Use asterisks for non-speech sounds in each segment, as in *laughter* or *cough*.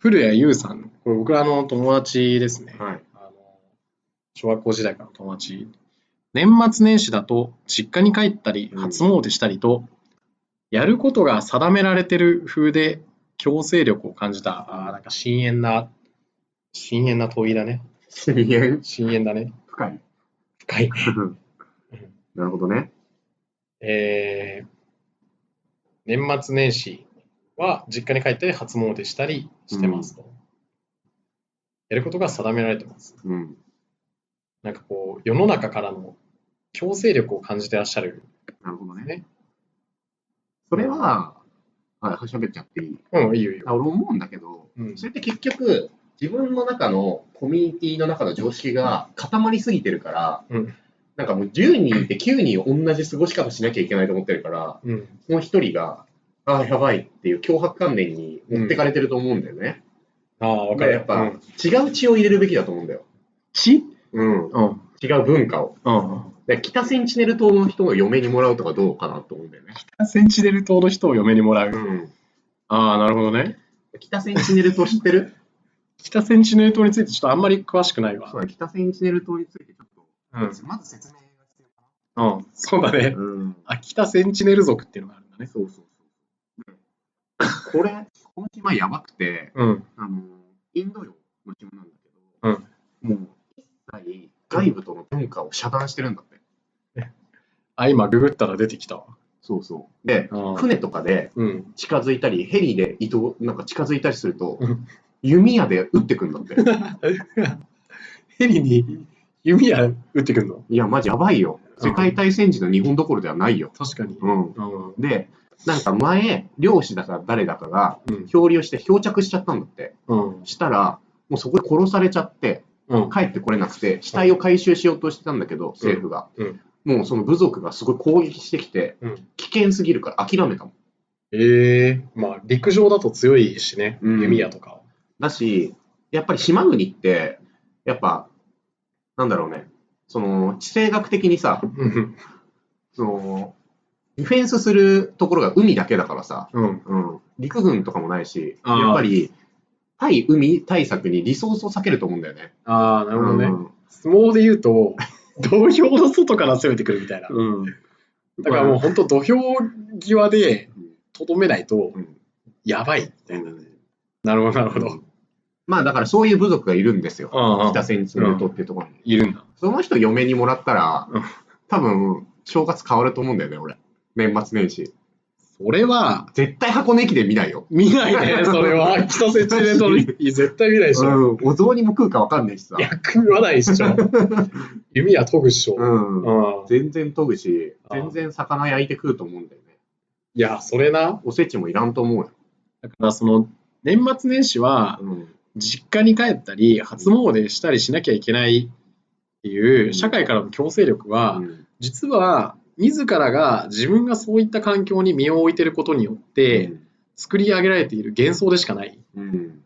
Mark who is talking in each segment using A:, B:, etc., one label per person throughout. A: 古谷優さん、これ僕らの友達ですね。
B: はい。
A: あの小学校時代からの友達。年末年始だと実家に帰ったり
B: うん
A: 初詣したりと、やることが定められてる風で強制力を感じた、あーなんか深淵な、深淵な問いだね。
B: 深淵
A: 深淵だね。
B: 深
C: *laughs*
B: い。
A: 深い。
B: なるほどね。
A: えー年末年始は実家に帰ったり初詣したりしてますと。やることが定められてます。
B: うん。
A: なんかこう、世の中からの強制力を感じてらっしゃる。
B: なるほど
A: ね
B: ね。それは、はい、喋っちゃっていい。
A: うん、いいよいいよ。
B: あ俺思うんだけど、
A: うん
C: それって結局、自分の中のコミュニティの中の常識が固まりすぎてるから、
A: うん
C: なんかもう10人いて9人同じ過ごし方しなきゃいけないと思ってるから、
A: うん、
C: その1人が、ああ、やばいっていう脅迫観念に持ってかれてると思うんだよね。
A: ああ、わか
C: だから
A: る。
C: やっぱ、
A: うん、
C: 違う血を入れるべきだと思うんだよ。
A: 血
C: うん、
A: うん、
C: 違う文化を。
A: うん。
C: で北センチネル島の人を嫁にもらうとかどうかなと思うんだよね。
A: センチネル島の人を嫁にもらう。
C: うん、
A: ああ、なるほどね。
C: 北センチネル島知って *laughs* る
A: 北センチネル島についてちょっとあんまり詳しくないわ
B: そ。うだね北センチネル島についてちょっ
A: う
B: と、
A: ん、
B: まず説明が必要か
A: うん、そうだね
B: な。。うん。
A: あ、北センチネル族っていうのがあるんだね。
B: そうそうそう。これ、この島やばくて、
A: うん、
B: あの、インド洋の島なんだけど、
A: うん
B: もう一切外部との文化を遮断してるんだって。
A: あ、今、ググったら出てきたわ。
B: そうそう。で、
A: あー
C: 船とかで
A: うん、
C: 近づいたり、ヘリで移動、なんか近づいたりすると
A: うん、
C: 弓矢で撃ってくん *laughs* だって。
A: ヘリに弓矢撃ってくんの
C: いや、マジやばいよ。
A: うん
C: 世界大戦時の日本どころではないよ。
A: 確かに。
C: うん。
A: うん、
C: で、なんか前、漁師だか誰だかが
A: うん、
C: 漂流して漂着しちゃったんだって。
A: うん、
C: したら、もうそこで殺されちゃって、
A: うん。
C: 帰ってこれなくて、死体を回収しようとしてたんだけど、政府が。
A: うん
C: もうその部族がすごい攻撃してきて、
A: うん
C: 危険すぎるから諦めたもん。
A: ええまあ、陸上だと強いしね、
C: うん
A: 弓矢とかは。
C: だし、やっぱり島国って、やっぱ、なんだろうね、その地政学的にさ、
A: うん、
C: そのディフェンスするところが海だけだからさ、
A: うん、
C: うん、陸軍とかもないし、
A: あー
C: やっぱり対海対策にリソースを避けると思うんだよね。
A: ああ、なるほどね。
C: うん
A: 相撲で言うと、 *laughs* 土俵の外から攻めてくるみたいな。
C: うん
A: だからもう本当土俵際でとどめないと
C: うん
A: やばいみたいなね。なるほど、なるほど。
C: まあだからそういう部族がいるんですよ、
A: あ
C: 北千住ルートっていうところに。
A: いるんだ。
C: その人嫁にもらったら
A: うん、
C: 多分正月変わると思うんだよね、俺。年末年始。
A: それは、
C: 絶対箱根駅伝見ないよ。
A: 見ないね、それ *laughs* は。北千住で取り、絶対見ないでしょ。
C: うん、お雑煮も食うかわかんないしさ。
A: 役食わないっし *laughs* ょ。弓矢研ぐっしょ。
C: うん
A: うん
C: 全然研ぐし、
A: あー
C: 全然魚焼いて食うと思うんだよね。
A: いや、それな。
C: おせちもいらんと思うよ。
A: だからその、年末年始は、
C: うん
A: 実家に帰ったり、初詣したりしなきゃいけないっていう、社会からの強制力は、
C: うん
A: 実は自らが自分がそういった環境に身を置いてることによって作り上げられている幻想でしかない
C: うん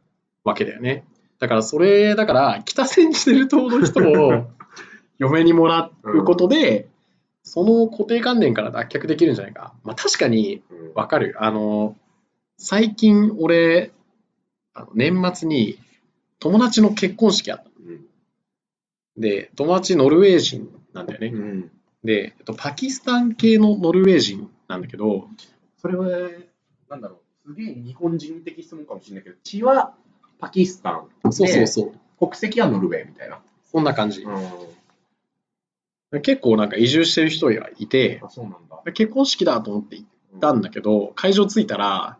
A: わけだよねだからそれだから北センチネル島の人 *laughs* を嫁にもらうことで、その固定観念から脱却できるんじゃないか、まあ、確かに
C: うん
A: わかるあの最近俺あの年末に友達の結婚式あったで友達ノルウェー人なんだよね、
C: うん
A: で、えっと、パキスタン系のノルウェー人なんだけど、
C: それは、なんだろう、すげえ日本人的質問かもしれないけど、血はパキスタン、
A: そうそうそう、
C: 国籍はノルウェーみたいな。
A: そんな感じ。
C: あ、
A: 結構なんか移住してる人がいて、
C: そうなんだ。
A: 結婚式だと思って行ったんだけど、会場着いたら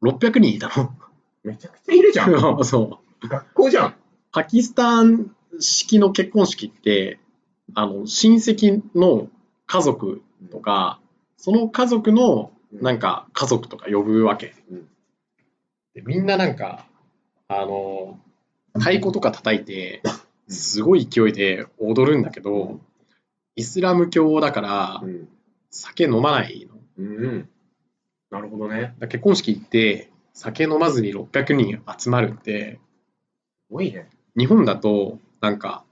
A: 600人いた
C: めちゃくちゃいるじ
A: *laughs*
C: ゃん。
A: の。そう。
C: 学校じゃん。
A: パキスタン式の結婚式って、あの、親戚の家族とか、その家族のなんか家族とか呼ぶわけ。
C: うん
A: でみんななんか、あの、太鼓とか叩いて、すごい勢いで踊るんだけど、イスラム教だから
C: う、ん。
A: 酒飲まないの。だか
C: うん。なるほどね。
A: ら結婚式行って、酒飲まずに600人集まるって、
C: すごいね。
A: 日本だと、なんか、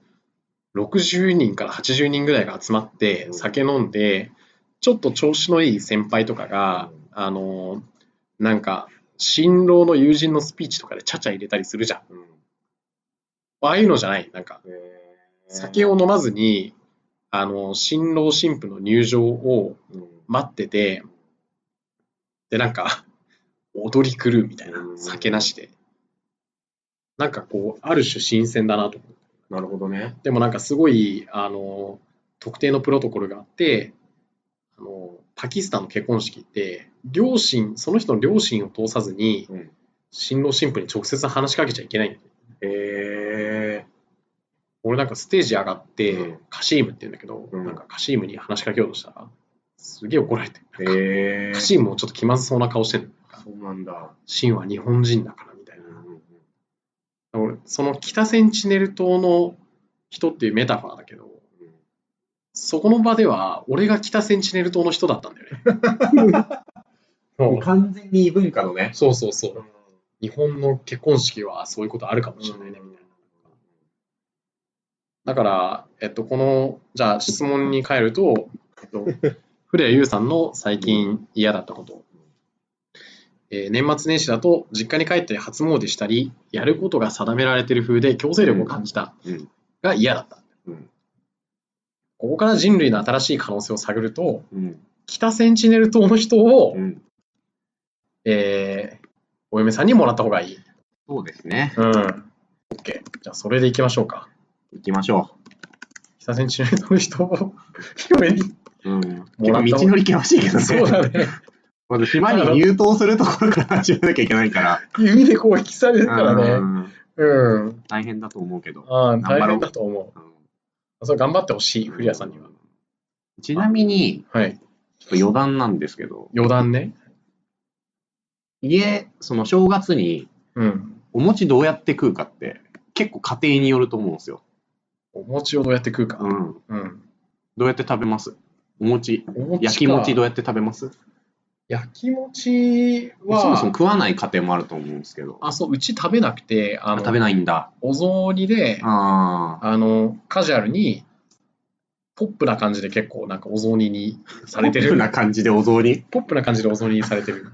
A: 60人から80人ぐらいが集まって、
C: うん
A: 酒飲んで、ちょっと調子のいい先輩とかが、あの、なんか、新郎の友人のスピーチとかでちゃちゃ入れたりするじゃん。
C: うん
A: ああいうのじゃない。なんか、
C: えー
A: 酒を飲まずに、あの、新郎新婦の入場を
C: うん
A: 待ってて、で、なんか、踊り狂うみたいな
C: う、ん
A: 酒なしで。なんかこう、ある種新鮮だなと思う。
C: なるほどね。
A: でもなんかすごい、あの、特定のプロトコルがあって、あの、パキスタンの結婚式って、両親、その人の両親を通さずに、
C: うん
A: 新郎新婦に直接話しかけちゃいけないんだよ
C: え
A: 俺なんかステージ上がって、
C: うん
A: カシームって言うんだけど、
C: うん
A: なんかカシームに話しかけようとしたら、すげえ怒られて、
C: ー、え
A: カ
C: ー、
A: シームもちょっと気まずそうな顔してる
C: そうなんだ。
A: シンは日本人だからみたい
C: うん
A: な。
C: うん
A: 俺、その北センチネル島の人っていうメタファーだけど、
C: うん
A: そこの場では俺が北センチネル島の人だったんだよね。
C: もう完全に異文化のね。
A: そうそうそう。日本の結婚式はそういうことあるかもしれないねみたいな。だから、えっと、この、じゃあ質問に変えると、えっ
C: *laughs*
A: と、古谷優さんの最近嫌だったこと。えー年末年始だと、実家に帰って初詣したり、やることが定められてる風で強制力を感じた
C: うん
A: が嫌だった。
C: うん
A: ここから人類の新しい可能性を探ると、
C: うん
A: 北センチネル島の人を、
C: うん
A: えーお嫁さんにもらった方がいい。
C: そうですね。
A: うん。OK。じゃあ、それでいきましょうか。
C: 行きましょ
A: 北センチネル島の人を *laughs* 嫁に。
C: う。うん、結構道のり険しいけどね。
A: そうだね。
C: まず島に入島するところから始めなきゃいけないから。
A: 指でこう引きされてるから
C: う
A: ね。
C: ん
A: うん。
C: 大変だと思うけど。
A: ああ、
C: 頑張ろう
A: 大変だと思う。それ頑張ってほしい、古谷さんには。
C: ちなみに、
A: はい。
C: ちょっと余談なんですけど、
A: 余談ね。
C: 家、その正月に
A: うん。
C: お餅どうやって食うかって、結構家庭によると思うんですよ。
A: お餅をどうやって食うか。
C: うん。
A: うん。
C: どうやって食べますお餅。
A: お餅か
C: 焼き餅どうやって食べます
A: 焼き餅
C: そも
A: は、
C: そも食わない家庭もあると思うんですけど。
A: あ、そう、うち食べなくて、あ
C: あ
A: の、
C: 食べないんだ。
A: お雑煮で、
C: ああ。
A: あの、カジュアルに、ポップな感じで結構、なんかお雑煮にされて
C: ポップ
A: る。
C: な感じでお雑煮。
A: ポップな感じでお雑煮にされてる。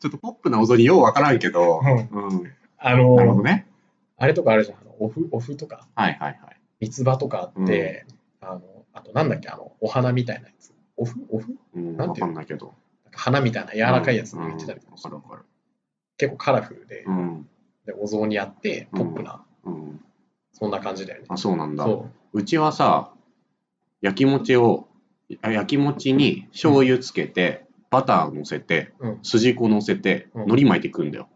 C: ちょっとポップなお雑煮ようわからんけど。
A: うん
C: *laughs* うん。
A: あ
C: なるほど
A: の、
C: ね。
A: あれとかあるじゃん。あのおふ、おふとか。
C: はいはいはい。
A: 三つ葉とかあって、あのあとなんだっけあのお花みたいなやつおふおふ
C: うん、
A: なん
C: わ
A: ていう
C: か
A: の
C: んないけど。
A: なんか花みたいな柔らかいやつ
C: うん
A: 言ってたりとかして、
C: うんわかるわか
A: 結構カラフルで,、
C: る。うん。
A: でお雑煮あってポップな、
C: うん。
A: そんな感じだよね
C: あ、そうなんだ。
A: そう
C: うちはさ、焼き餅を、あ焼き餅に醤油つけて、バター乗せて、
A: うん
C: 筋子乗せて、
A: うん
C: 海苔巻いていくんだよ。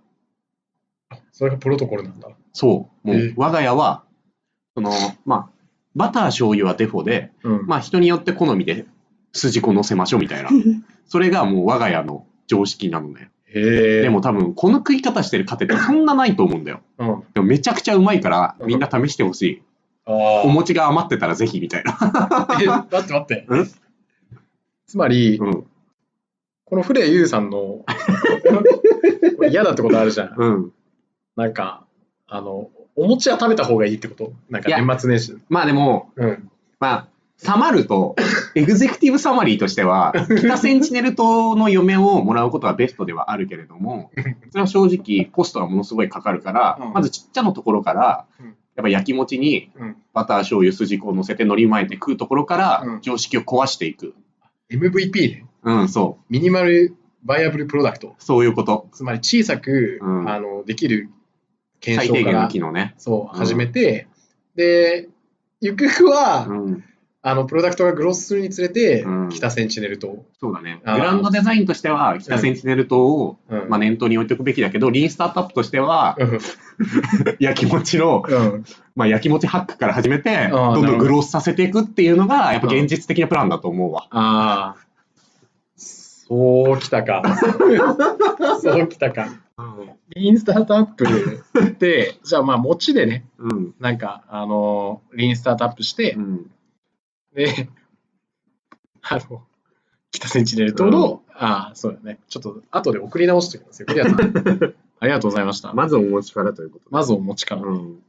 A: あそれがプロトコルなんだ
C: そう。も
A: え
C: う、我が家は、その、まあ、バター醤油はデフォで、
A: うん、
C: まあ、人によって好みで筋子乗せましょうみた
A: *laughs*
C: いな。それがもう我が家の常識なのね。
A: へえ
C: でも多分、この食い方してる家庭ってそんなないと思うんだよ。
A: うん、あ
C: でもめちゃくちゃうまいから、みんな試してほしい。お
A: あ
C: 餅が余ってたらぜひみたいな。
A: え待って待って
C: うん
A: つまり、
C: うん。
A: この古谷優さんのこれ嫌だってことあるじゃん
C: うん。
A: なんかあのお餅は食べた方がいいってことなんか
C: いや
A: 年末年始
C: まあでも、
A: うん
C: まあ、サマると、エグゼクティブサマリーとしては、北センチネル島の嫁をもらうことはベストではあるけれども、それは正直、コストはものすごいかかるから、
A: うん
C: まずちっちゃなところから
A: うん、
C: やっぱ焼き餅に
A: うん
C: バター醤油筋子を乗せて海苔巻いて食うところから、
A: うん
C: 常識を壊していく。
A: MVP ね
C: うん、そ
A: ミニマルバイアブルプロダクト、
C: う。そういうこと。
A: つまり小さく、
C: うん
A: あのできる検
C: 最
A: 証
C: 低
A: か
C: 限の
A: ら
C: 機能ね。
A: そう
C: うん
A: 始めて、で、ゆくゆくは、
C: うん、
A: あのプロダクトがグロースするにつれて、
C: うん
A: 北センチネルと、
C: そうだね。グ
A: あー
C: ランドデザインとしては、北センチネル島を、
A: うん
C: まあ、念頭に置いておくべきだけど、リーンスタートアップとしては、
A: うん
C: 焼き餅の
A: うん
C: まあ、焼きもちハックから始めて、
A: ああ
C: どん
A: なる
C: ど
A: ほど
C: んグロースさせていくっていうのが、やっぱ現実的なプランだと思うわ。
A: *laughs* ああ、そうきたか。そうきたか。
C: う
A: インスタートアップ *laughs* で、じゃあまあ、餅でね、
C: ん。
A: なんか、あのリーンスタートアップして、
C: うん。
A: で、あの、北センチネル島の、ああ、そうだね。ちょっと、後で送り直しておきますよ。クリアさん。ありがとうございました。ま
C: まずお持ちからということ
A: ずお持ちかな。
C: うん。